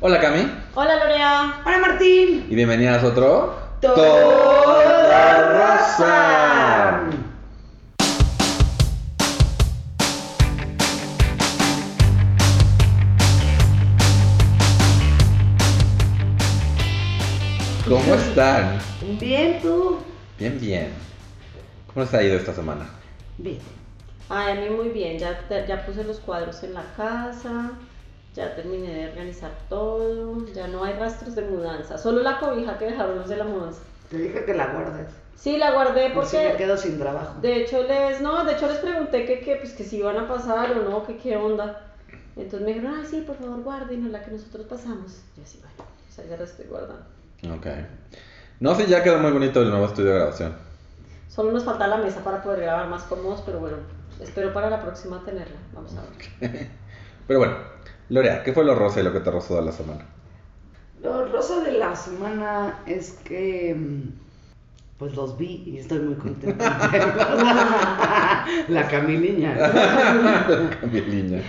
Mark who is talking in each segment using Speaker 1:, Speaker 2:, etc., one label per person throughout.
Speaker 1: Hola Cami
Speaker 2: Hola Lorea.
Speaker 3: Hola Martín.
Speaker 1: y bienvenidas a otro
Speaker 3: Toda
Speaker 1: Raza. ¿Cómo están?
Speaker 3: Bien tú.
Speaker 1: Bien, bien. ¿Cómo les ha ido esta semana?
Speaker 3: Bien.
Speaker 2: Ay, a mí muy bien. Ya, te- ya puse los cuadros en la casa. Ya terminé de organizar todo. Ya no hay rastros de mudanza. Solo la cobija que dejaron los de la mudanza.
Speaker 3: Te dije que la guardes.
Speaker 2: Sí, la guardé
Speaker 3: Por si me
Speaker 2: porque.
Speaker 3: quedo sin trabajo.
Speaker 2: De hecho les, no, de hecho les pregunté que, que, pues, que si iban a pasar o no, que qué onda. Entonces me dijeron, ay sí, por favor guarden la que nosotros pasamos. Yo sí, bueno, o sea, ya la estoy guardando.
Speaker 1: Ok. No sé, ya quedó muy bonito el nuevo estudio de grabación.
Speaker 2: Solo nos falta la mesa para poder grabar más cómodos, pero bueno, espero para la próxima tenerla. Vamos a ver.
Speaker 1: Pero bueno, Lorea, ¿qué fue lo rosa y lo que te rozó de la semana?
Speaker 3: Lo rosa de la semana es que mm, pues los vi y estoy muy contenta. la camiliña.
Speaker 1: Camiliña.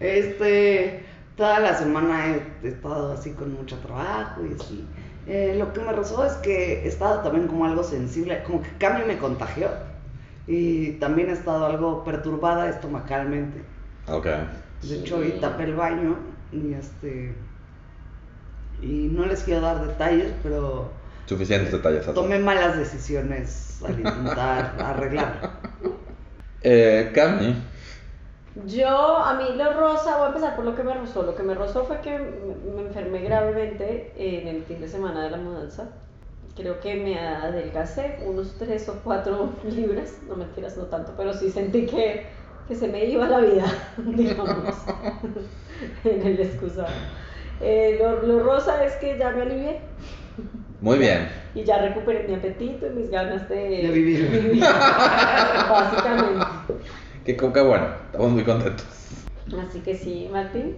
Speaker 3: Este, toda la semana he estado así con mucho trabajo y así. Eh, lo que me rozó es que he estado también como algo sensible, como que Cami me contagió y también he estado algo perturbada estomacalmente.
Speaker 1: Ok.
Speaker 3: Pues, De hecho, hoy tapé el baño y este. Y no les quiero dar detalles, pero
Speaker 1: Suficientes detalles. Ato.
Speaker 3: tomé malas decisiones al intentar arreglar.
Speaker 1: Eh, Cami.
Speaker 2: Yo, a mí lo rosa, voy a empezar por lo que me rozó. Lo que me rozó fue que me me enfermé gravemente en el fin de semana de la mudanza. Creo que me adelgacé unos 3 o 4 libras, no mentiras, no tanto, pero sí sentí que, que se me iba la vida, digamos, en el excusado. Eh, lo, lo rosa es que ya me alivié
Speaker 1: Muy bien.
Speaker 2: y ya recuperé mi apetito y mis ganas de,
Speaker 3: De vivir.
Speaker 2: básicamente.
Speaker 1: Qué, qué bueno. Estamos muy contentos.
Speaker 2: Así que sí, Martín.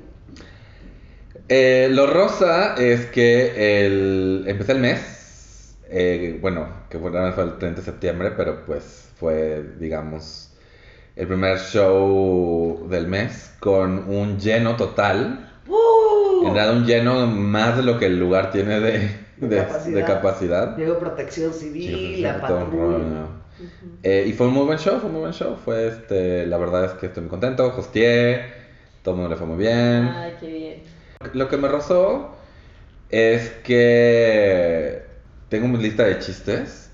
Speaker 1: Eh, lo rosa es que el, empecé el mes, eh, bueno, que fue, fue el 30 de septiembre, pero pues fue, digamos, el primer show del mes con un lleno total. En
Speaker 3: ¡Uh!
Speaker 1: realidad un lleno más de lo que el lugar tiene de,
Speaker 3: De
Speaker 1: de- de
Speaker 3: capacidad.
Speaker 1: capacidad.
Speaker 3: Llegó protección
Speaker 1: Sí,
Speaker 3: civil,
Speaker 1: fue
Speaker 3: la
Speaker 1: todo un
Speaker 3: patrulla.
Speaker 1: rollo. Eh, y fue un muy buen show, fue un muy buen show. Fue este, la verdad es que estoy muy contento, hosteé, todo el mundo le fue muy bien.
Speaker 2: Ay, qué bien.
Speaker 1: Lo que me rozó es que tengo mi lista de chistes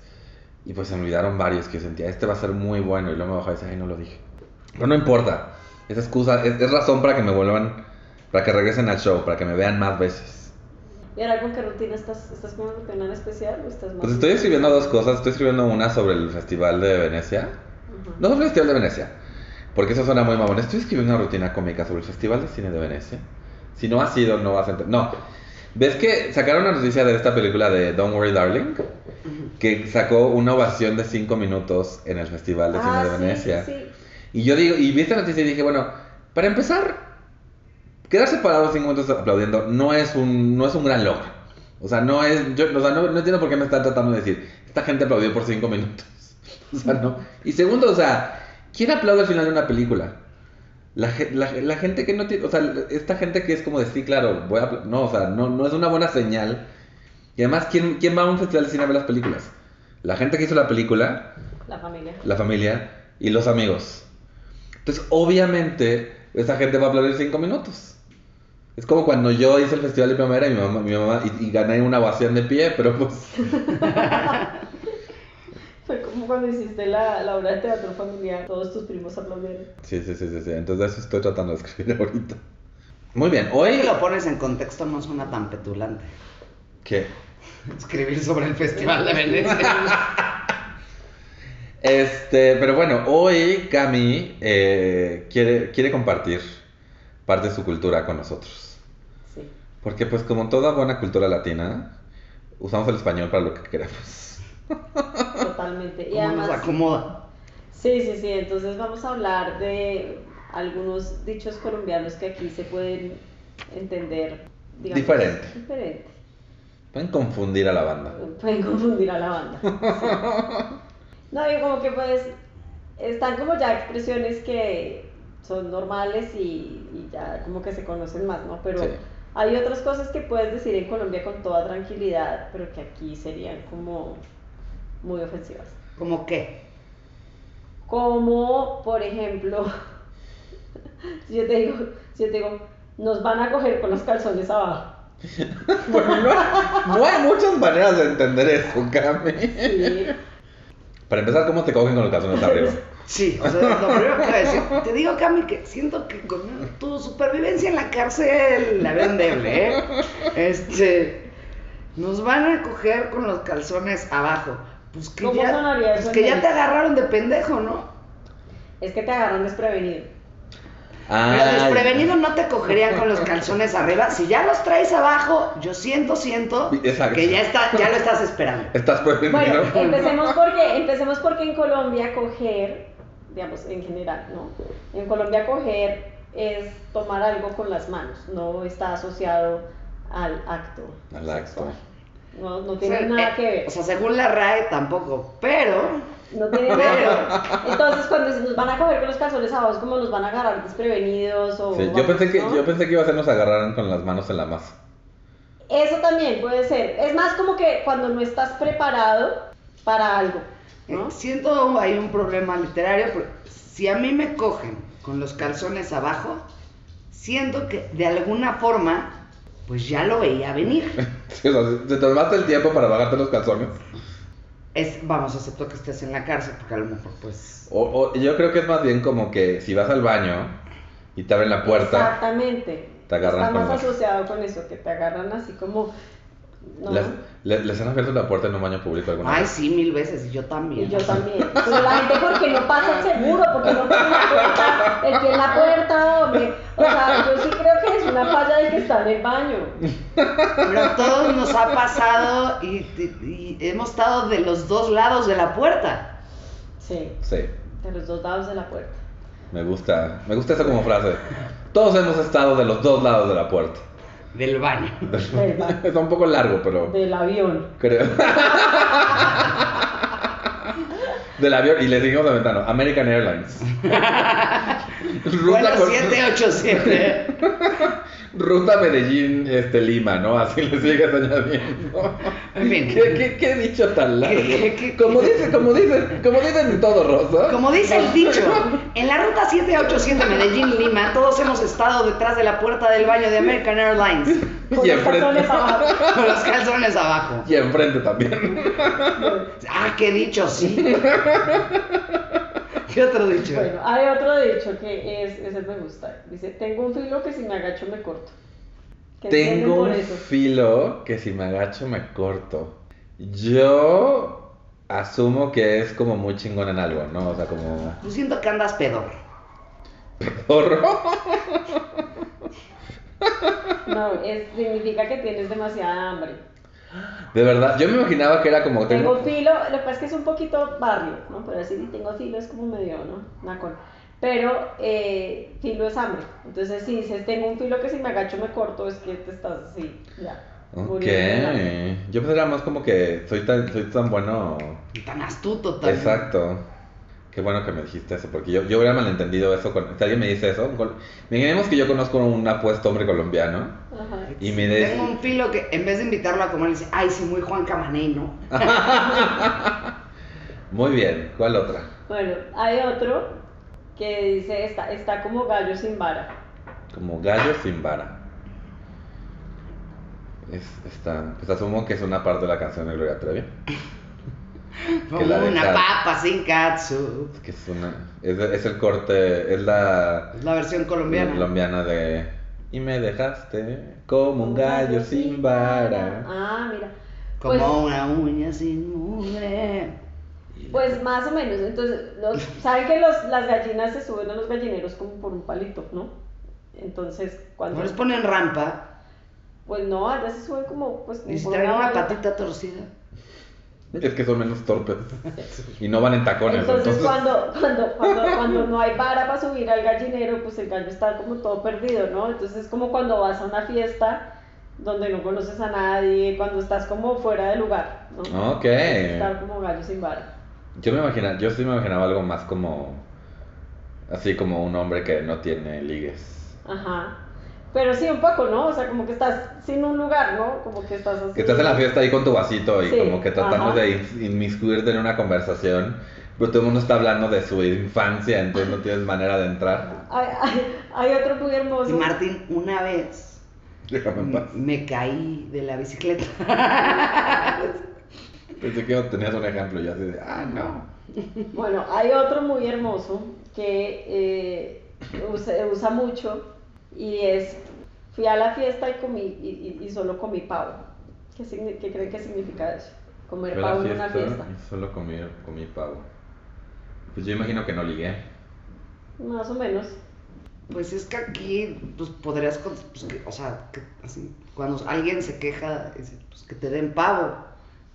Speaker 1: y pues se me olvidaron varios que yo sentía. Este va a ser muy bueno y luego me bajó y decía, ay, no lo dije. Pero no importa, esa excusa es, es razón para que me vuelvan, para que regresen al show, para que me vean más veces.
Speaker 2: ¿Y ahora con qué rutina estás? ¿Estás con una rutina en especial o estás más?
Speaker 1: Pues estoy escribiendo dos cosas, estoy escribiendo una sobre el Festival de Venecia.
Speaker 2: Ajá.
Speaker 1: No sobre el Festival de Venecia, porque eso suena muy mamón. Estoy escribiendo una rutina cómica sobre el Festival de Cine de Venecia. Si no has ido, no vas a entender. No. ¿Ves que sacaron una noticia de esta película de Don't Worry Darling? Que sacó una ovación de 5 minutos en el Festival de Cine
Speaker 2: Ah,
Speaker 1: de
Speaker 2: sí,
Speaker 1: Venecia.
Speaker 2: sí,
Speaker 1: Y yo digo, y vi esta noticia y dije, bueno, para empezar, quedarse parado 5 minutos aplaudiendo no es un, no es un gran logro. O sea, no es, yo, o sea, no, no entiendo por qué me están tratando de decir, esta gente aplaudió por 5 minutos. O sea, no. Y segundo, o sea, ¿quién aplaude al final de una película? La, ge- la, la gente que no tiene, o sea, esta gente que es como de, sí, claro, voy a, apl-". no, o sea, no, no es una buena señal. Y además, ¿quién, ¿quién va a un festival de cine a ver las películas? La gente que hizo la película,
Speaker 2: La familia.
Speaker 1: la familia y los amigos. Entonces, obviamente, esa gente va a aplaudir cinco minutos. Es como cuando yo hice el festival de primavera y mi mamá, mi mamá y, y gané una ovación de pie, pero pues
Speaker 2: Fue como cuando hiciste la, la obra de teatro familiar. Todos tus primos aplaudieron.
Speaker 1: sí, sí, sí, sí, sí. Entonces eso estoy tratando de escribir ahorita. Muy bien, hoy
Speaker 3: Hoy lo pones en contexto, no suena tan petulante.
Speaker 1: ¿Qué?
Speaker 3: Escribir sobre el Festival de Venecia.
Speaker 1: Este, pero bueno, hoy Cami eh, quiere, quiere compartir parte de su cultura con nosotros.
Speaker 2: Sí.
Speaker 1: Porque pues como toda buena cultura latina, usamos el español para lo que queremos.
Speaker 2: Totalmente. Y
Speaker 3: ¿Cómo nos
Speaker 2: además.
Speaker 3: acomoda?
Speaker 2: Sí, sí, sí. Entonces vamos a hablar de algunos dichos colombianos que aquí se pueden entender. digamos,
Speaker 1: Diferente.
Speaker 2: Diferente.
Speaker 1: Pueden confundir a la banda.
Speaker 2: Pueden confundir a la banda. No, yo como que pues están como ya expresiones que son normales y, y ya como que se conocen más, ¿no? Pero
Speaker 1: Sí.
Speaker 2: Hay otras cosas que puedes decir en Colombia con toda tranquilidad, pero que aquí serían como muy ofensivas.
Speaker 3: ¿Cómo qué?
Speaker 2: Como, por ejemplo, si yo te digo, si yo te digo, nos van a coger con los calzones abajo.
Speaker 1: Bueno, no, no hay muchas maneras de entender eso, Cami.
Speaker 2: Sí.
Speaker 1: Para empezar, ¿cómo te cogen con los calzones arriba?
Speaker 3: Sí, o sea, lo primero que voy a decir, te digo, Cami, que siento que con tu supervivencia en la cárcel la veo endeble, ¿eh? Este, nos van a coger con los calzones abajo. Pues que,
Speaker 2: ¿Cómo
Speaker 3: ya,
Speaker 2: sonaría
Speaker 3: pues
Speaker 2: eso
Speaker 3: que
Speaker 2: en
Speaker 3: ya
Speaker 2: el-
Speaker 3: te agarraron de pendejo, ¿no?
Speaker 2: Es que te agarran desprevenido.
Speaker 3: Pero
Speaker 1: Ay.
Speaker 3: desprevenido no te cogerían con los calzones arriba. Si ya los traes abajo, yo siento, siento
Speaker 1: Exacto.
Speaker 3: que ya, está, ya lo estás esperando.
Speaker 1: Estás prevenido.
Speaker 2: Bueno, eh, empecemos
Speaker 1: pues,
Speaker 2: porque, empecemos porque en Colombia coger, digamos, en general, ¿no? En Colombia coger es tomar algo con las manos, no está asociado al acto.
Speaker 1: Al acto.
Speaker 2: sexual. No, no
Speaker 3: O
Speaker 2: tiene
Speaker 3: sea,
Speaker 2: nada
Speaker 3: eh,
Speaker 2: que ver.
Speaker 3: O sea, según la RAE tampoco, pero
Speaker 2: No tiene nada que ver. Entonces, cuando se nos van a coger con los calzones abajo, es como nos van a agarrar desprevenidos o...
Speaker 1: Sí, yo,
Speaker 2: vamos,
Speaker 1: pensé que,
Speaker 2: ¿no?
Speaker 1: yo pensé que iba a ser nos agarraran con las manos en la masa.
Speaker 2: Eso también puede ser. Es más como que cuando no estás preparado para algo,
Speaker 3: eh,
Speaker 2: ¿no?
Speaker 3: siento hay un problema literario. porque Si a mí me cogen con los calzones abajo, siento que de alguna forma, pues ya lo veía venir.
Speaker 1: Sí, o sea, te tomaste el tiempo para bajarte los calzones.
Speaker 3: Es, vamos, acepto que estés en la cárcel, porque a lo mejor, pues.
Speaker 1: O, o- yo creo que es más bien como que si vas al baño y te abren la puerta,
Speaker 2: Exactamente.
Speaker 1: Te agarran
Speaker 2: Está
Speaker 1: con
Speaker 2: más
Speaker 1: las-
Speaker 2: asociado con eso, que te agarran así como. No.
Speaker 1: les, les- les han abierto la puerta en un baño público alguna
Speaker 3: Ay,
Speaker 1: vez?
Speaker 3: sí, mil veces, y yo también.
Speaker 2: Y yo también. Pero la gente porque no pasa el seguro, porque no tiene la puerta, el que en la puerta, hombre. O sea, yo sí creo que es una falla del que está en el baño.
Speaker 3: Pero a todos nos ha pasado y, y- y hemos estado de los dos lados de la puerta.
Speaker 2: Sí,
Speaker 1: Sí,
Speaker 2: de los dos lados de la puerta.
Speaker 1: me gusta. Me gusta eso como frase. Todos hemos estado de los dos lados de la puerta.
Speaker 3: Del baño.
Speaker 2: Del, ba-
Speaker 1: Está un poco largo, pero
Speaker 2: del avión.
Speaker 1: creo. Del avión, y le seguimos aventando. American Airlines.
Speaker 3: Bueno,
Speaker 1: Ruta con-
Speaker 3: 787.
Speaker 1: Ruta Medellín, este Lima, ¿no? Así le sigues añadiendo.
Speaker 3: En fin.
Speaker 1: ¿Qué, qué, qué dicho tan largo?
Speaker 3: ¿Qué- qué- qué-
Speaker 1: como dice, como dice, como dicen todo, Rosa.
Speaker 3: Como dice el dicho, en la ruta 787 Medellín-Lima, todos hemos estado detrás de la puerta del baño de American Airlines,
Speaker 2: Con
Speaker 1: Y
Speaker 2: los
Speaker 1: enfrente,
Speaker 2: calzones abajo.
Speaker 3: con los calzones abajo.
Speaker 1: y enfrente también.
Speaker 2: Bueno,
Speaker 3: Ah, qué dicho, sí. ¿Qué otro dicho?
Speaker 2: Bueno, hay otro dicho que es, ese me gusta. Dice, tengo un filo que si me agacho me corto. ¿Qué entienden
Speaker 1: Tengo
Speaker 2: por
Speaker 1: un
Speaker 2: eso?
Speaker 1: filo que si me agacho me corto. Yo asumo que es como muy chingón en algo, ¿no? O sea, como
Speaker 3: Yo "Pues siento que andas pedorro.
Speaker 1: horror.
Speaker 2: No, es, significa que tienes demasiada hambre.
Speaker 1: De verdad, yo me imaginaba que era como
Speaker 2: Tengo filo, lo que pasa es que es un poquito barrio, ¿no? Pero así tengo filo es como medio, ¿no? Nacón. Pero eh, filo es hambre. Entonces, si dices, tengo un filo que si me agacho me corto, es que te estás así, ya.
Speaker 1: Ok.
Speaker 2: muriendo de hambre.
Speaker 1: Yo pensé era más como que soy tan, soy tan bueno
Speaker 3: Y tan astuto también.
Speaker 1: Exacto. Qué bueno que me dijiste eso, porque yo, yo hubiera malentendido eso. Con, si alguien me dice eso, col- imaginemos que yo conozco a un apuesto hombre colombiano
Speaker 2: Ajá.
Speaker 1: y me dice,
Speaker 3: Pues, Tengo un filo que en vez de invitarlo a comer, le dice, ay, sí, muy Juan Camaney, ¿no?
Speaker 1: Ah, muy bien, ¿cuál otra?
Speaker 2: Bueno, hay otro que dice, está, está como gallo sin vara.
Speaker 1: Como gallo sin vara. Es- está, pues asumo que es una parte de la canción de Gloria Trevi.
Speaker 3: Como
Speaker 1: la
Speaker 3: una
Speaker 1: dejaron.
Speaker 3: papa sin katsu.
Speaker 1: Que es, una, es, es el corte, es la
Speaker 3: Es la versión colombiana.
Speaker 1: colombiana de... Y me dejaste como un gallo sin vara.
Speaker 2: Ah, mira.
Speaker 3: Como
Speaker 2: Pues-
Speaker 3: una uña sin mugre.
Speaker 2: Pues más o menos, entonces, los- saben que los, las gallinas se suben a los gallineros como por un palito, ¿no? Entonces, cuando...
Speaker 3: No les ponen rampa
Speaker 2: Pues no, allá se suben como... Pues, como
Speaker 3: y si
Speaker 2: por
Speaker 3: traen una
Speaker 2: vaina.
Speaker 3: patita torcida.
Speaker 1: Es que son menos torpes. Y no van en tacones.
Speaker 2: Entonces,
Speaker 1: entonces-
Speaker 2: Cuando, cuando, cuando, cuando no hay vara para subir al gallinero, pues el gallo está como todo perdido, ¿no? Entonces es como cuando vas a una fiesta donde no conoces a nadie, cuando estás como fuera de lugar, ¿no?
Speaker 1: Ok.
Speaker 2: Estar como gallo sin vara.
Speaker 1: Yo me imaginaba, yo sí me imaginaba algo más como así como un hombre que no tiene ligues.
Speaker 2: Ajá. Pero sí, un poco, ¿no? O sea, como que estás sin un lugar, ¿no? Como que estás así.
Speaker 1: Que estás en la fiesta ahí con tu vasito y
Speaker 2: Sí,
Speaker 1: como que tratamos
Speaker 2: ajá.
Speaker 1: de in- inmiscuirte en una conversación, pero todo el mundo está hablando de su infancia, entonces no tienes manera de entrar.
Speaker 2: Hay, hay- hay otro muy hermoso.
Speaker 3: Y Martín, una vez
Speaker 1: Déjame en paz.
Speaker 3: me caí de la bicicleta.
Speaker 1: Pensé que tenías un ejemplo y yo así de, ah, no.
Speaker 2: Bueno, hay otro muy hermoso que eh, usa, usa mucho y es, fui a la fiesta y, comí, y, y- y solo comí pavo. ¿Qué, signi- qué creen que significa eso? Comer
Speaker 1: Fue la
Speaker 2: pavo en una fiesta.
Speaker 1: y solo comí, comí pavo. Pues yo imagino que no ligué.
Speaker 2: Más o menos.
Speaker 3: Pues es que aquí, pues podrías, con- pues, que- o sea, que así, cuando alguien se queja, es, pues que te den pavo,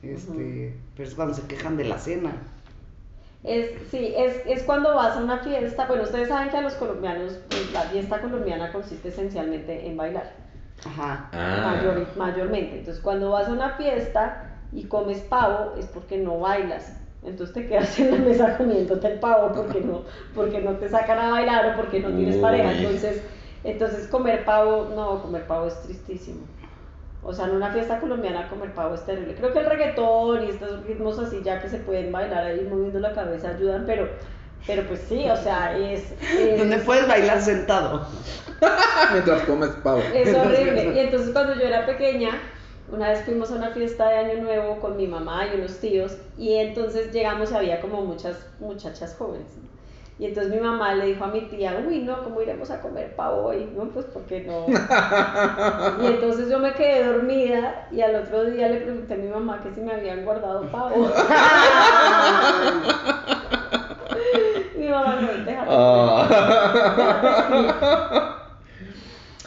Speaker 3: este, pero es cuando se quejan de la cena.
Speaker 2: Es, sí, es, es cuando vas a una fiesta. Bueno, ustedes saben que a los colombianos, pues, la fiesta colombiana consiste esencialmente en bailar.
Speaker 3: Ajá.
Speaker 1: Ah,
Speaker 2: mayor- mayormente. Entonces, cuando vas a una fiesta y comes pavo, es porque no bailas. Entonces te quedas en la mesa comiéndote el pavo porque no, porque no te sacan a bailar o porque no tienes
Speaker 1: Uy.
Speaker 2: pareja. Entonces, entonces comer pavo, no, comer pavo es tristísimo. O sea, en una fiesta colombiana comer pavo es terrible. Creo que el reggaetón y estos ritmos así ya que se pueden bailar ahí moviendo la cabeza ayudan, pero, pero pues sí, o sea, es... es-
Speaker 3: Donde puedes bailar sentado.
Speaker 1: Ah, mientras comes pavo.
Speaker 2: es horrible.
Speaker 3: Entonces-
Speaker 2: Y entonces cuando yo era pequeña, una vez fuimos a una fiesta de Año Nuevo con mi mamá y unos tíos, y entonces llegamos y había como muchas muchachas jóvenes. ¿no? Y entonces mi mamá le dijo a mi tía, uy, no, ¿cómo iremos a comer pavo hoy? No, pues porque no. Y entonces yo me quedé dormida y al otro día le pregunté a mi mamá que si me habían guardado pavo. mi mamá no déjame.
Speaker 1: Ah.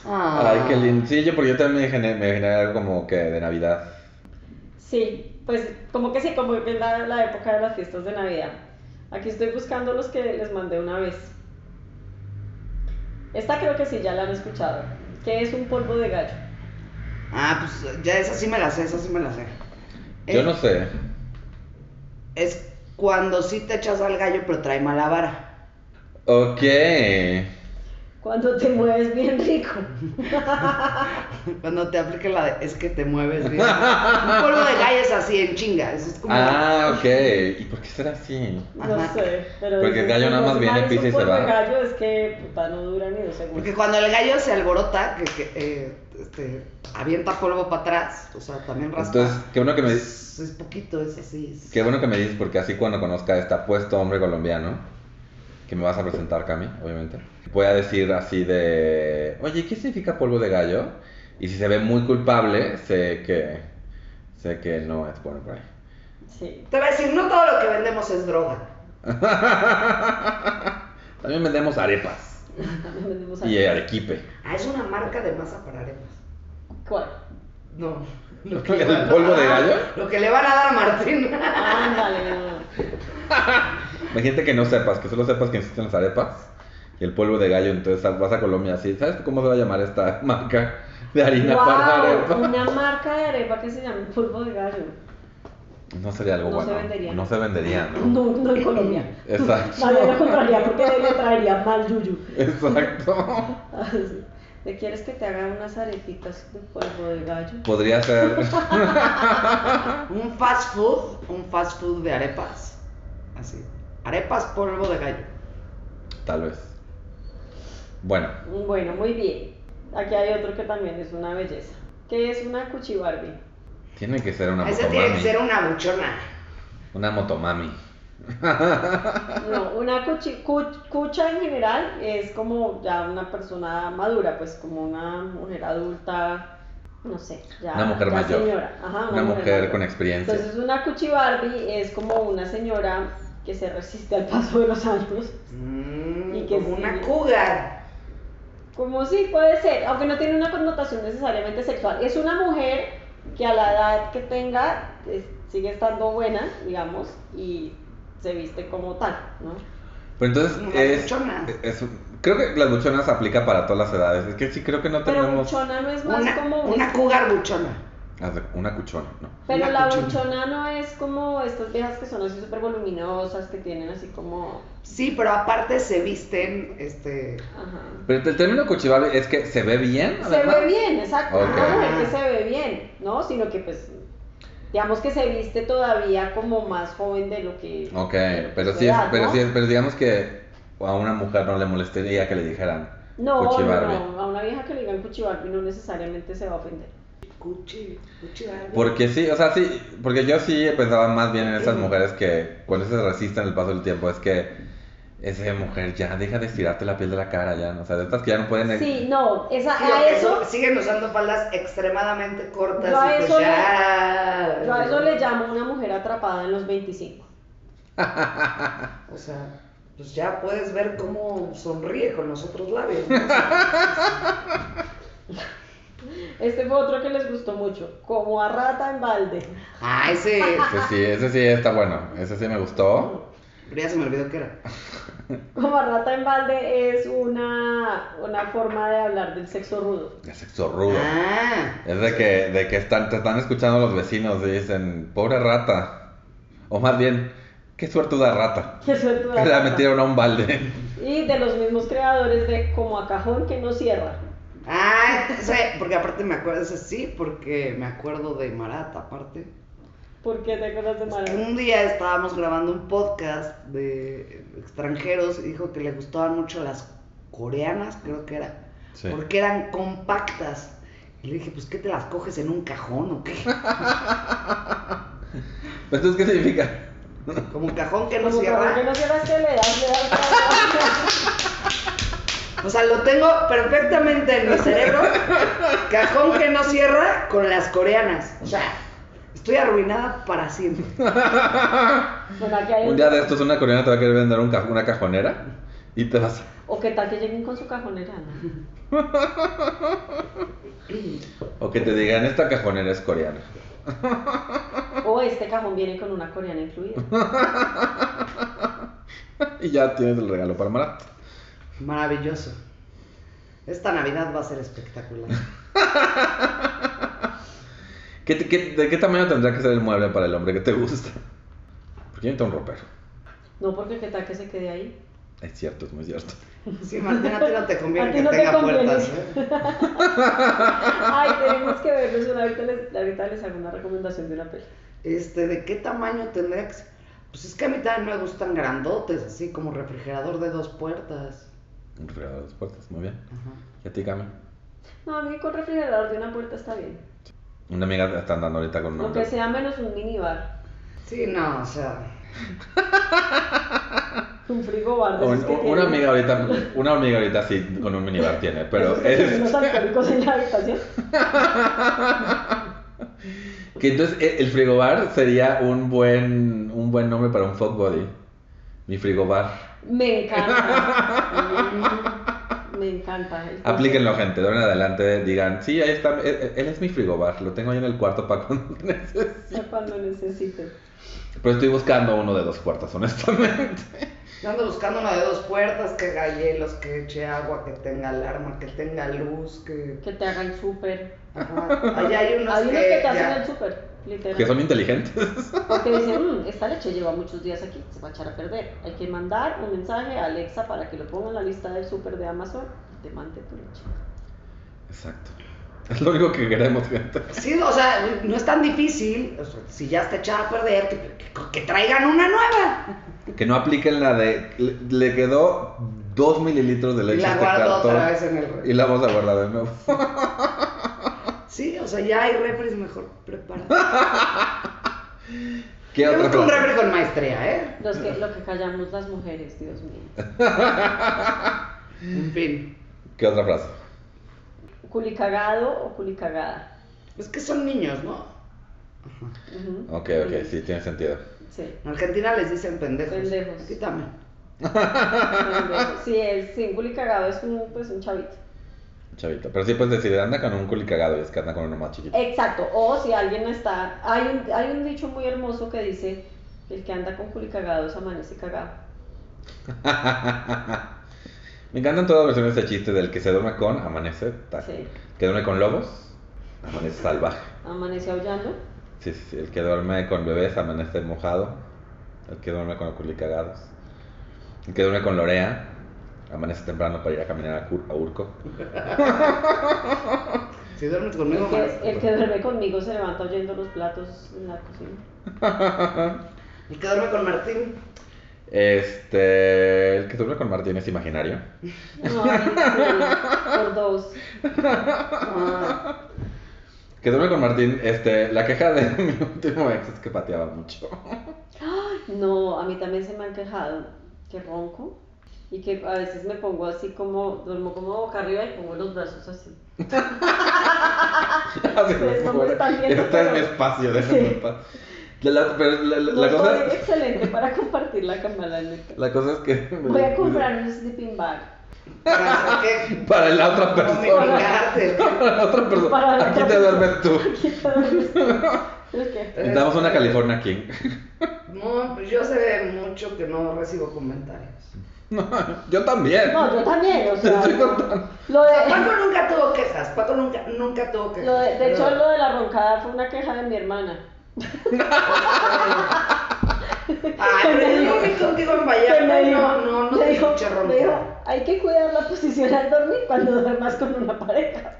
Speaker 1: Ay,
Speaker 3: Ah.
Speaker 1: qué lindo. Sí, yo, porque yo también me generé, me generé algo como que de Navidad.
Speaker 2: Sí, pues como que sí, como que es la, la época de las fiestas de Navidad. Aquí estoy buscando los que les mandé una vez. Esta creo que sí, ya la han escuchado. ¿Qué es un polvo de gallo?
Speaker 3: Ah, pues ya esa sí me la sé, esa sí me la sé.
Speaker 1: Yo
Speaker 3: Es-
Speaker 1: no sé.
Speaker 3: Es cuando sí te echas al gallo, pero trae mala vara.
Speaker 1: Ok.
Speaker 2: Cuando te mueves bien rico.
Speaker 3: Cuando te aplique la de, es que te mueves bien. Un polvo de gallo es así, en chinga. Eso es como.
Speaker 1: Ah, ok. ¿Y por qué será así?
Speaker 2: No
Speaker 3: Ajá.
Speaker 2: sé, pero...
Speaker 1: Porque el gallo nada más viene, pisa y se
Speaker 2: El
Speaker 1: va.
Speaker 2: gallo es que, puta, no dura ni dos segundos.
Speaker 3: Porque cuando el gallo se alborota, que, que, eh, este, avienta polvo para atrás, o sea, también raspa.
Speaker 1: Entonces, qué bueno que me,
Speaker 3: es, es poquito, es así. es-
Speaker 1: qué bueno que me dices, porque así cuando conozca a este apuesto hombre colombiano, que me vas a presentar, Cami, obviamente, voy a decir así de, oye, ¿qué significa polvo de gallo? Y si se ve muy culpable, sé que, sé que no es bueno por ahí.
Speaker 2: Sí.
Speaker 3: Te va a decir, no todo lo que vendemos es droga.
Speaker 1: También vendemos arepas
Speaker 2: También vendemos
Speaker 1: y
Speaker 2: ahí.
Speaker 1: arequipe.
Speaker 3: Ah, es una marca de masa para arepas.
Speaker 2: ¿Cuál?
Speaker 3: No.
Speaker 1: ¿El polvo de gallo?
Speaker 3: Lo que le van a dar a Martín.
Speaker 2: Ándale, no.
Speaker 1: Imagínate que no sepas, que solo sepas que existen las arepas y el polvo de gallo, entonces vas a Colombia así, ¿sabes cómo se va a llamar esta marca de harina para arepa?
Speaker 2: ¡Wow! Una marca de arepa que se llama polvo de gallo.
Speaker 1: No sería algo
Speaker 2: No se
Speaker 1: bueno.
Speaker 2: vendería.
Speaker 1: No se vendería, ¿no?
Speaker 2: No, no en Colombia.
Speaker 1: Exacto.
Speaker 2: Nadie lo compraría porque le traería mal yuyu.
Speaker 1: Exacto.
Speaker 2: ¿Le quieres que te haga unas arepitas de polvo de gallo?
Speaker 1: Podría ser.
Speaker 3: Un fast food, un fast food de arepas. Así. Arepas polvo de gallo.
Speaker 1: Tal vez. Bueno,
Speaker 2: Bueno, muy bien. Aquí hay otro que también es una belleza. ¿Qué es una cuchibarbie?
Speaker 1: tiene que ser una
Speaker 3: Esa tiene que
Speaker 1: motomami.
Speaker 3: ser una buchona.
Speaker 1: Una motomami.
Speaker 2: No, una cuchi- cu- cucha en general es como ya una persona madura, pues como una mujer adulta, no sé, ya
Speaker 1: Una mujer
Speaker 2: ya
Speaker 1: mayor.
Speaker 2: señora. Ajá,
Speaker 1: Una mujer
Speaker 2: mayor.
Speaker 1: con experiencia.
Speaker 2: Entonces una cuchi Barbie es como una señora que se resiste al paso de los años.
Speaker 3: Mm,
Speaker 2: Y que
Speaker 3: como
Speaker 2: sí.
Speaker 3: una cougar.
Speaker 2: Como sí puede ser, aunque no tiene una connotación necesariamente sexual. Es una mujer que a la edad que tenga es- sigue estando buena, digamos, y se viste como tal, ¿no?
Speaker 1: Pero entonces
Speaker 3: Una
Speaker 1: es,
Speaker 3: buchona.
Speaker 1: es- Creo que las buchonas aplica para todas las edades. Es que sí creo que no
Speaker 2: Pero
Speaker 1: tenemos.
Speaker 2: buchona no es más
Speaker 3: Una,
Speaker 2: como un-
Speaker 3: una cougar buchona.
Speaker 1: Haz de- Una cuchona, ¿no?
Speaker 2: Pero
Speaker 3: Una
Speaker 2: la
Speaker 3: cuchona.
Speaker 2: buchona no es como estas viejas que son así súper voluminosas, que tienen así como...
Speaker 3: Sí, pero aparte se visten, este,
Speaker 2: Ajá.
Speaker 1: Pero el término cuchivable es que se ve bien.
Speaker 2: Se
Speaker 1: además.
Speaker 2: ve bien, exacto.
Speaker 1: Ok.
Speaker 2: No no es que se ve bien, ¿no? Sino que pues, digamos que se viste todavía como más joven de lo que...
Speaker 1: Ok,
Speaker 2: de lo
Speaker 1: pero sí,
Speaker 2: que su
Speaker 1: es,
Speaker 2: edad,
Speaker 1: pero
Speaker 2: ¿no?
Speaker 1: sí, es- pero digamos que a una mujer no le molestaría que le dijeran
Speaker 2: No, no,
Speaker 1: cuchivable.
Speaker 2: no, a una vieja que le digan cuchibarbie no necesariamente se va a ofender.
Speaker 3: cuchi, cuchi algo.
Speaker 1: Porque sí, o sea, sí, porque yo sí pensaba más bien en esas mujeres que cuando se resisten el paso del tiempo es que esa mujer ya deja de estirarte la piel de la cara, ya, ¿no? o sea, de estas que ya no pueden...
Speaker 2: Sí, no, esa,
Speaker 3: Sí,
Speaker 2: a
Speaker 3: porque
Speaker 2: eso,
Speaker 3: so- siguen usando faldas extremadamente cortas
Speaker 2: Yo a
Speaker 3: y pues
Speaker 2: eso le-
Speaker 3: ya. eh,
Speaker 2: yo a eso le llamo una mujer atrapada en los 25.
Speaker 3: O sea, pues ya puedes ver cómo sonríe con los otros labios. ¿no?
Speaker 2: Este fue otro que les gustó mucho, como a rata en balde.
Speaker 3: ah, ese.
Speaker 1: Ese sí, ese sí está bueno, ese sí me gustó.
Speaker 3: Pero ya se me olvidó que era.
Speaker 2: Como a rata en balde es una, una forma de hablar del sexo rudo.
Speaker 1: El sexo rudo.
Speaker 3: Ah.
Speaker 1: Es de que, de que están, te están escuchando los vecinos y dicen, pobre rata. O más bien, qué suertuda rata.
Speaker 2: Qué suerte
Speaker 1: Que la metieron a un balde.
Speaker 2: Y de los mismos creadores de Como a Cajón que no cierra.
Speaker 3: Ah, sí, porque aparte me acuerdo, ese sí, porque me acuerdo de Marat, aparte.
Speaker 2: ¿Por qué te acuerdas de
Speaker 3: Es que
Speaker 2: Mara?
Speaker 3: un día estábamos grabando un podcast de extranjeros y dijo que le gustaban mucho las coreanas, creo que era,
Speaker 1: Sí.
Speaker 3: porque eran compactas. Y le dije, pues, ¿qué te las coges en un cajón o qué?
Speaker 1: ¿Entonces qué significa?
Speaker 3: Como un cajón que no
Speaker 2: Como Cajón que
Speaker 3: cierra.
Speaker 2: no cierra es que le das, le das.
Speaker 3: O sea, lo tengo perfectamente en mi cerebro. Cajón que no cierra con las coreanas. O sea, estoy arruinada para siempre.
Speaker 2: ¿Verdad que hay
Speaker 1: Un día de estos una coreana te va a querer vender un ca- una cajonera y te vas...
Speaker 2: O qué tal que lleguen con su cajonera. ¿no?
Speaker 1: O que te digan, esta cajonera es coreana.
Speaker 2: O este cajón viene con una coreana incluida.
Speaker 1: Y ya tienes el regalo para Marat.
Speaker 3: Maravilloso. Esta Navidad va a ser espectacular.
Speaker 1: ¿Qué, te- qué- de qué tamaño tendrá que ser el mueble para el hombre que te gusta? Porque yo necesito un ropero.
Speaker 2: No porque qué tal que se quede ahí.
Speaker 1: Es cierto, es muy cierto.
Speaker 3: Sí, Martín, a ti no te
Speaker 2: A
Speaker 3: conviene
Speaker 2: ti
Speaker 3: que
Speaker 2: no te
Speaker 3: tenga
Speaker 2: conviene.
Speaker 3: puertas. ¿eh?
Speaker 2: Ay, tenemos que verlos. una- Ahorita les, ahorita les hago una recomendación de una peli.
Speaker 3: Este, ¿de qué tamaño tendría que ser? Pues es que a mí también me gustan grandotes, así como refrigerador de dos puertas.
Speaker 1: Un regalo de las puertas, muy bien.
Speaker 3: Ajá.
Speaker 1: Y a ti, Cami.
Speaker 2: No, a mí con refrigerador de una puerta está bien.
Speaker 1: Una amiga está andando ahorita con un
Speaker 2: Lo
Speaker 1: hombre.
Speaker 2: que sea menos un minibar.
Speaker 3: Sí, no, o sea.
Speaker 2: Un frigobar. de
Speaker 1: Un-
Speaker 2: esos que
Speaker 1: un- una
Speaker 2: tienen-
Speaker 1: amiga ahorita, una amiga ahorita sí con un minibar tiene, pero
Speaker 2: esos que tienen
Speaker 1: es
Speaker 2: Los alcohólicos en la habitación.
Speaker 1: que entonces e- el frigobar sería un buen un buen nombre para un fuckbody. Mi frigobar.
Speaker 2: Me encanta. Mm, Me encanta. El
Speaker 1: Aplíquenlo, gente, de ahora en adelante digan, sí, ahí está, e- e- él es mi frigobar, lo tengo ahí en el cuarto para cuando necesite.
Speaker 2: concepto Cuando necesiten.
Speaker 1: Pero estoy buscando uno de dos puertas, honestamente.
Speaker 3: Yo ando buscando una de dos puertas, que haga hielos, que eche agua, que tenga alarma, que tenga luz, que...
Speaker 2: Que te hagan súper.
Speaker 3: Ajá. Allá hay unos
Speaker 2: Hay
Speaker 3: que,
Speaker 2: unos que te
Speaker 3: ya-
Speaker 2: hacen el súper, literal.
Speaker 1: Que son inteligentes.
Speaker 2: Porque dicen, "Mm, esta leche lleva muchos días aquí, se va a echar a perder. Hay que mandar un mensaje a Alexa para que lo ponga en la lista del súper de Amazon y te mande tu leche.
Speaker 1: Exacto. Es lo único que queremos, gente.
Speaker 3: Sí, o sea, no es tan difícil. o sea, si ya está echada a perder, que, que- que traigan una nueva.
Speaker 1: Que no apliquen la de. Le, le quedó 2 mililitros de
Speaker 3: Y
Speaker 1: leche a
Speaker 3: la
Speaker 1: este
Speaker 3: guardo
Speaker 1: cartón.
Speaker 3: otra vez en el... refri.
Speaker 1: Y la vamos a guardar de nuevo.
Speaker 3: Sí, o sea, ya hay refres mejor preparados.
Speaker 1: ¿Qué
Speaker 3: Yo
Speaker 1: otra
Speaker 3: busco un
Speaker 1: cosa?
Speaker 3: refri con maestría, ¿eh?
Speaker 2: Los que, lo que callamos las mujeres, Dios mío. Mm.
Speaker 3: En fin.
Speaker 1: ¿Qué otra frase?
Speaker 2: Culicagado o culicagada.
Speaker 3: Es que son niños, ¿no?
Speaker 2: Ujú.
Speaker 1: Ok, ok, sí, tiene sentido.
Speaker 2: Sí.
Speaker 3: En Argentina les dicen pendejos.
Speaker 2: Pendejos.
Speaker 3: Aquí también.
Speaker 2: Sí, el símbolo y cagado es un, pues, un chavito.
Speaker 1: Chavito. Pero sí puedes decir, anda con un culi cagado y es que anda con uno más chiquito.
Speaker 2: Exacto, o si alguien está. Hay un, hay un dicho muy hermoso que dice: el que anda con culicagados amanece cagado.
Speaker 1: este Me encantan todas las versiones de chiste del que se duerme con, amanece, tal.
Speaker 2: Sí.
Speaker 1: Que duerme con lobos, Amanece salvaje.
Speaker 2: Amanece aullando.
Speaker 1: Sí, sí, sí. El que duerme con bebés amanece mojado. El que duerme con culicagados. El que duerme con Lorea amanece temprano para ir a caminar a, Cur- a Urco.
Speaker 3: Si duermes
Speaker 2: El
Speaker 3: conmigo, pues,
Speaker 2: que, el
Speaker 3: amanece.
Speaker 2: que duerme conmigo se levanta oyendo los platos en la cocina.
Speaker 3: El que duerme con Martín.
Speaker 1: Este. El que duerme con Martín es imaginario.
Speaker 2: Ay, sí, por dos.
Speaker 3: Ah,
Speaker 1: El que duerme con Martín, este. La queja de mi último ex es que pateaba mucho.
Speaker 2: No, a mí también se me han quejado que ronco y que a veces me pongo así como, duermo como boca arriba y pongo los brazos así.
Speaker 1: Así,
Speaker 2: Ustedes no
Speaker 1: por
Speaker 2: me
Speaker 1: favor,
Speaker 2: están viendo,
Speaker 1: Este es
Speaker 2: pero-
Speaker 1: mi espacio, déjenme
Speaker 2: Sí.
Speaker 1: en paz. La, la- pero la- la-
Speaker 2: No
Speaker 1: la cosa,
Speaker 2: soy excelente para compartir la cama, la neta.
Speaker 1: la cosa es que.
Speaker 2: Voy a comprar un sleeping bag.
Speaker 3: ¿Para qué?
Speaker 1: Para la otra persona.
Speaker 3: Comunicarte.
Speaker 1: Para la otra persona.
Speaker 2: Para la
Speaker 1: Aquí
Speaker 2: otra
Speaker 1: te
Speaker 2: persona.
Speaker 1: duermes tú.
Speaker 2: Aquí está el que-
Speaker 1: Necesitamos una California King.
Speaker 3: No, pues yo sé mucho que no recibo comentarios.
Speaker 1: Yo también.
Speaker 2: No, yo también, o sea.
Speaker 1: estoy
Speaker 2: no.
Speaker 1: contando.
Speaker 2: Lo de,
Speaker 3: Paco nunca tuvo quejas. Paco nunca, nunca tuvo quejas.
Speaker 2: lo de, de hecho,
Speaker 3: Pero-
Speaker 2: lo de la roncada fue una queja de mi hermana.
Speaker 3: Ay, pero yo vi contigo en
Speaker 2: Que
Speaker 3: Vallarta
Speaker 2: me
Speaker 3: y
Speaker 2: dijo-
Speaker 3: no, no, no
Speaker 2: me
Speaker 3: te
Speaker 2: dijo-
Speaker 3: escuché
Speaker 2: me dijo,
Speaker 3: roncar.
Speaker 2: hay que cuidar la posición al dormir cuando duermas con una pareja.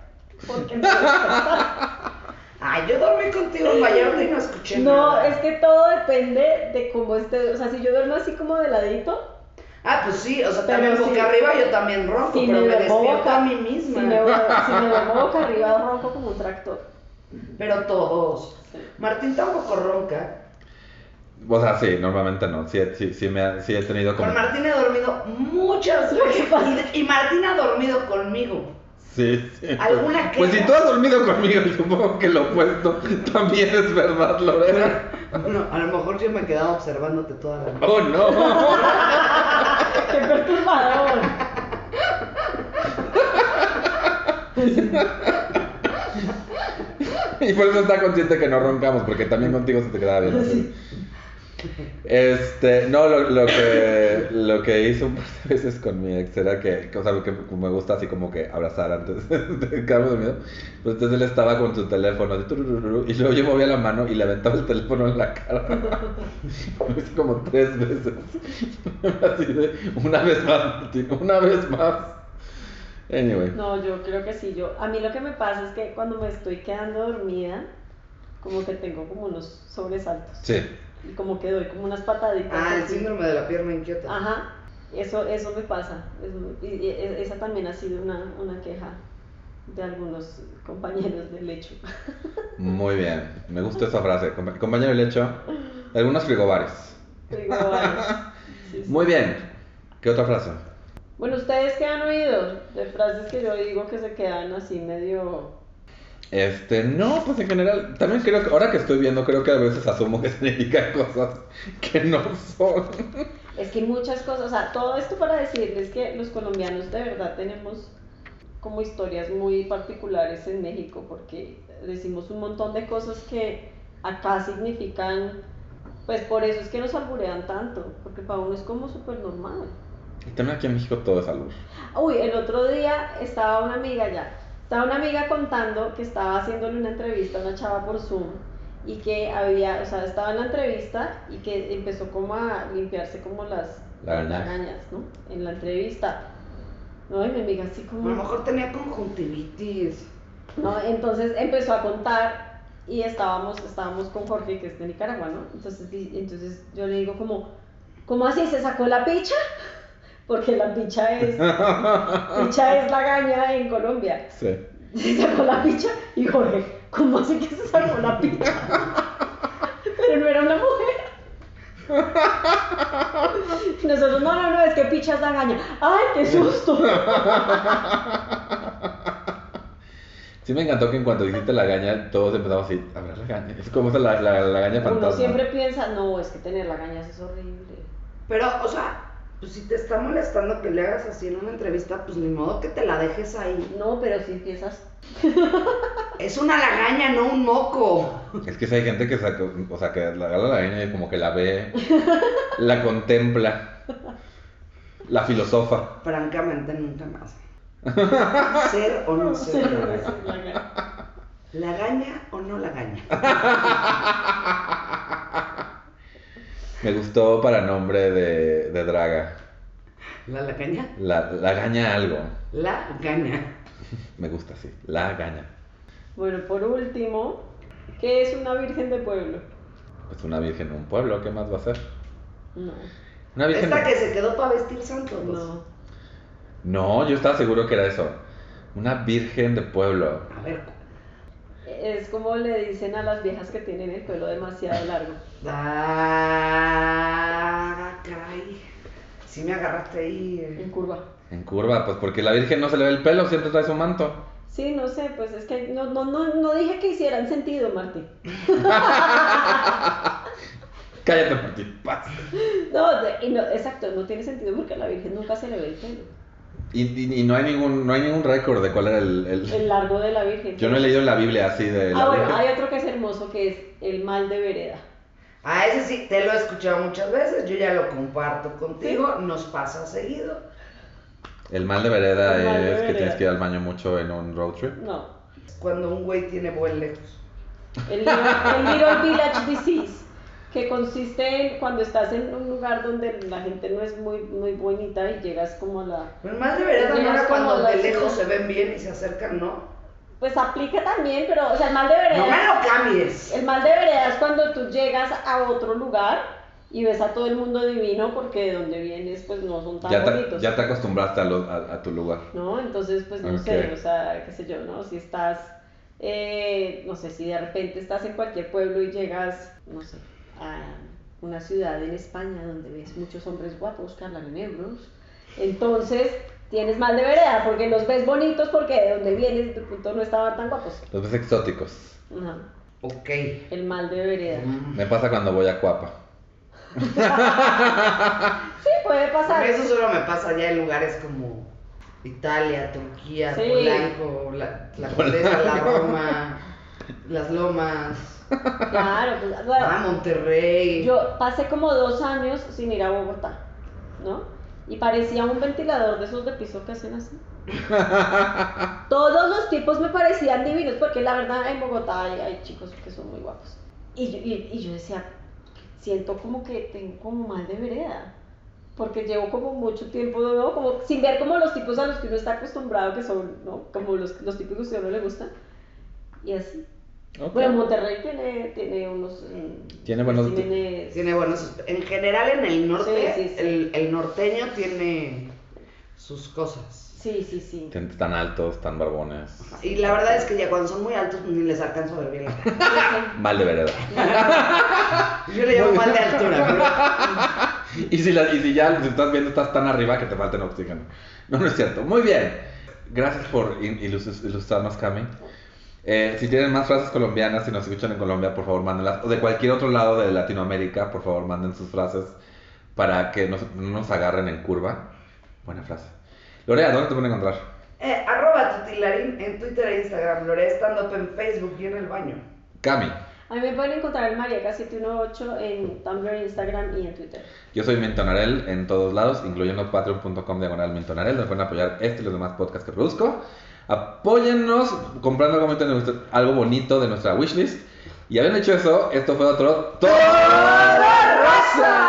Speaker 2: Porque no,
Speaker 3: Ay, yo dormí contigo en Vallarta y no escuché
Speaker 2: no,
Speaker 3: nada.
Speaker 2: es que todo depende de cómo esté. O sea, si yo duermo así como de ladito,
Speaker 3: Ah, pues sí, o sea,
Speaker 2: Pero
Speaker 3: también
Speaker 2: sí.
Speaker 3: boca arriba yo también ronco,
Speaker 2: si me
Speaker 3: pero me
Speaker 2: duermo
Speaker 3: despierto
Speaker 2: boca
Speaker 3: a mí misma.
Speaker 2: Si me, si me duermo boca arriba, ronco como un tractor.
Speaker 3: Pero todos.
Speaker 2: Sí.
Speaker 3: Martín tampoco ronca.
Speaker 1: O sea, sí, normalmente no. Sí, sí, sí, me ha- sí he tenido como.
Speaker 3: Con Martín he dormido muchas
Speaker 2: Lo que
Speaker 3: veces y, y Martín ha dormido conmigo.
Speaker 1: Sí, sí.
Speaker 3: ¿Alguna
Speaker 1: Pues
Speaker 3: queja?
Speaker 1: si tú has dormido conmigo, supongo que lo opuesto también es verdad, Lorena.
Speaker 3: Bueno, a lo mejor yo me quedaba observándote toda la noche.
Speaker 1: Oh, no.
Speaker 2: ¡Qué perturbador!
Speaker 1: Y por eso está consciente que no roncamos, porque también contigo se te quedaba bien.
Speaker 2: Sí.
Speaker 1: Este, no, lo, lo que, lo que hice un par de veces con mi ex era que, que, o sea, que me gusta así como que abrazar antes de quedarme dormido. Pues entonces él estaba con su teléfono, así, turururu, y luego yo movía la mano y le aventaba el teléfono en la cara. Lo hice como tres veces. Así de, una vez más, Martín, una vez más. Anyway.
Speaker 2: No, yo creo que sí. Yo, a mí lo que me pasa es que cuando me estoy quedando dormida, como que tengo como unos sobresaltos.
Speaker 1: Sí.
Speaker 2: Y como que doy como unas pataditas.
Speaker 3: Ah, el
Speaker 2: así.
Speaker 3: síndrome de la pierna inquieta.
Speaker 2: Ajá. Eso, eso me pasa. Es- y- y- e- esa también ha sido una, una queja de algunos compañeros de lecho.
Speaker 1: Muy bien, me gusta esa frase. Compa- Compañero de lecho, algunos frigobares.
Speaker 2: Digo, "Ay, sí, sí".
Speaker 1: Muy bien, ¿qué otra frase?
Speaker 2: Bueno, ¿ustedes qué han oído de frases que yo digo que se quedan así medio...
Speaker 1: Este, no, pues en general, también creo que, ahora que estoy viendo, creo que a veces asumo que significan cosas que no son.
Speaker 2: Es que hay muchas cosas, o sea, todo esto para decirles que los colombianos de verdad tenemos como historias muy particulares en México, porque decimos un montón de cosas que acá significan, pues por eso es que nos alburean tanto, porque para uno es como súper normal.
Speaker 1: Y también aquí en México todo es albur.
Speaker 2: Uy, el otro día estaba una amiga ya, estaba una amiga contando que estaba haciéndole una entrevista a una chava por Zoom y que había, o sea, estaba en la entrevista y que empezó como a limpiarse como las
Speaker 1: Lagañas.
Speaker 2: lagañas, ¿no? En la entrevista. No, y mi amiga así
Speaker 3: A lo
Speaker 2: como...
Speaker 3: mejor tenía conjuntivitis.
Speaker 2: ¿no? Entonces empezó a contar y estábamos, estábamos con Jorge, que es de Nicaragua, ¿no? Entonces, di- entonces yo le digo como, ¿cómo así? ¿Se sacó la picha? Porque la picha es, picha es la gaña en Colombia.
Speaker 1: Sí.
Speaker 2: Se sacó la picha y Jorge, ¿cómo así que se sacó la picha? Pero no era una mujer. Y Nosotros, no, no, no, es que picha es la gaña. ¡Ay, qué susto!
Speaker 1: Sí me encantó que en cuanto dijiste la gaña, todos empezamos así, a ver la gaña. Es como esa la, la, la gaña fantasma.
Speaker 2: Uno siempre piensa, no, es que tener la gaña es horrible.
Speaker 3: Pero, o sea, pues si te está molestando que le hagas así en una entrevista, pues ni modo que te la dejes ahí.
Speaker 2: No, pero si empiezas.
Speaker 3: Es una lagaña, no un moco.
Speaker 1: Es que si hay gente que saca, o sea, que la agarra la gaña y como que la ve, la contempla, la filosofa.
Speaker 3: Francamente, nunca más. Ser o no ser.
Speaker 2: Sí,
Speaker 3: ¿La gaña o no la gaña?
Speaker 1: Me gustó para nombre de, de draga.
Speaker 3: ¿La lagaña?
Speaker 1: La, la gaña algo.
Speaker 3: La gaña.
Speaker 1: Me gusta, sí. La gaña.
Speaker 2: Bueno, por último, ¿qué es una virgen de pueblo?
Speaker 1: Es una virgen en un pueblo, ¿qué más va a ser?
Speaker 2: No.
Speaker 1: Una virgen.
Speaker 3: Esta que se quedó para vestir pues. santos.
Speaker 2: No.
Speaker 1: No, yo estaba seguro que era eso. Una virgen de pueblo.
Speaker 3: A ver, cu-
Speaker 2: Es como le dicen a las viejas que tienen el pelo demasiado largo.
Speaker 3: Ah, caray. Si me agarraste ahí.
Speaker 2: En
Speaker 3: eh.
Speaker 2: curva.
Speaker 1: En curva, pues porque la virgen no se le ve el pelo, siempre trae su manto.
Speaker 2: Sí, no sé, pues es que no, no, no, no dije que hicieran sentido, Martín.
Speaker 1: Cállate, Martín, paz.
Speaker 2: No, de- y no, exacto, no tiene sentido porque a la Virgen nunca se le ve el pelo.
Speaker 1: Y, y- y no hay ningún, no hay ningún récord de cuál era el, el-
Speaker 2: El largo de la Virgen.
Speaker 1: Yo no he leído en la Biblia así de la
Speaker 2: Ah, bueno,
Speaker 1: virgen.
Speaker 2: hay otro que es hermoso que es el mal de vereda.
Speaker 3: Ah, ese sí, te lo he escuchado muchas veces. Yo ya lo comparto contigo. Nos pasa seguido.
Speaker 1: El mal de vereda
Speaker 2: El mal
Speaker 1: es que
Speaker 2: de vereda.
Speaker 1: tienes que ir al baño mucho en un road trip.
Speaker 2: No.
Speaker 3: Cuando un güey tiene buen lejos.
Speaker 2: El, Little- el Little Village Disease, que consiste en cuando estás en un lugar donde la gente no es muy, muy bonita y llegas como a la...
Speaker 3: Pero Pues más de verdad,
Speaker 2: Llegas
Speaker 3: no era cuando
Speaker 2: como a
Speaker 3: de
Speaker 2: la
Speaker 3: lejos se
Speaker 2: ciudad.
Speaker 3: ven bien y se acercan, ¿no?
Speaker 2: Pues aplica también, pero, o sea, el mal de
Speaker 3: No
Speaker 2: vereda...
Speaker 3: me lo cambies.
Speaker 2: El mal de vereda es cuando tú llegas a otro lugar y ves a todo el mundo divino porque de donde vienes pues no son tan
Speaker 1: Ya te,
Speaker 2: bonitos.
Speaker 1: ya te acostumbraste a, lo- a- a tu lugar.
Speaker 2: ¿No? Entonces pues no
Speaker 1: Ok.
Speaker 2: sé, o sea, qué sé yo, ¿no? Si estás, eh, no sé, si de repente estás en cualquier pueblo y llegas, no sé, a una ciudad en España donde ves muchos hombres guapos que hablan en euros, entonces tienes mal de vereda porque los ves bonitos porque de donde vienes de pronto no estaban tan guapos.
Speaker 1: Los ves exóticos.
Speaker 2: Ajá.
Speaker 3: Ok.
Speaker 2: El mal de vereda.
Speaker 3: Mm.
Speaker 1: Me pasa cuando voy a Cuapa.
Speaker 2: Sí, puede pasar.
Speaker 3: Eso solo me pasa ya en lugares como Italia, Turquía,
Speaker 2: Sí.
Speaker 3: Polanco, la, la Condesa, la Roma, las Lomas,
Speaker 2: Claro, pues, bueno,
Speaker 3: ah, Monterrey.
Speaker 2: yo pasé como dos años sin ir a Bogotá, ¿no? Y parecía un ventilador de esos de piso que hacen así. Todos los tipos me parecían divinos, porque la verdad en Bogotá hay, hay chicos que son muy guapos. Y yo, y- y yo decía, siento como que tengo como mal de vereda, porque llevo como mucho tiempo de nuevo, como sin ver como los tipos a los que uno está acostumbrado, que son, ¿no? Como los, los típicos que a uno le gustan. Y así.
Speaker 1: Ok.
Speaker 2: Bueno, Monterrey tiene, tiene unos. mm,
Speaker 1: Tiene buenos-
Speaker 2: especímenes-
Speaker 3: Tiene buenos. En general, en el norte,
Speaker 2: Sí, sí, sí.
Speaker 3: El, el norteño tiene sus cosas.
Speaker 2: Sí, sí, sí.
Speaker 1: Tien- Tan altos, tan barbones.
Speaker 3: Y la verdad es que ya cuando son muy altos pues, ni les alcanzo a ver bien la cara.
Speaker 1: Mal de vereda.
Speaker 3: Yo le llamo mal de altura, pero
Speaker 1: Y si, la- y si ya los estás viendo, estás tan arriba que te faltan oxígeno. No, no es cierto. Muy bien. Gracias por il- ilus- ilustrarnos, Cami. Eh, si tienen más frases colombianas, si nos escuchan en Colombia, por favor, mándenlas. O de cualquier otro lado de Latinoamérica, por favor, manden sus frases para que nos- no nos agarren en curva. Buena frase. Lorea, ¿dónde te pueden encontrar?
Speaker 3: Eh, arroba tutilarín en Twitter e Instagram, Lore Stand Up en Facebook y en el baño.
Speaker 1: Cami.
Speaker 2: A mí me pueden encontrar en Mariaca718 en Tumblr, Instagram y en Twitter.
Speaker 1: Yo soy Mintonarel en todos lados, incluyendo patreon.com diagonal Mintonarel, donde pueden apoyar este y los demás podcasts que produzco. Apóyennos comprando algo bonito de nuestro- algo bonito de nuestra wishlist. Y habiendo hecho eso, esto fue otro... ¡Toda Raza!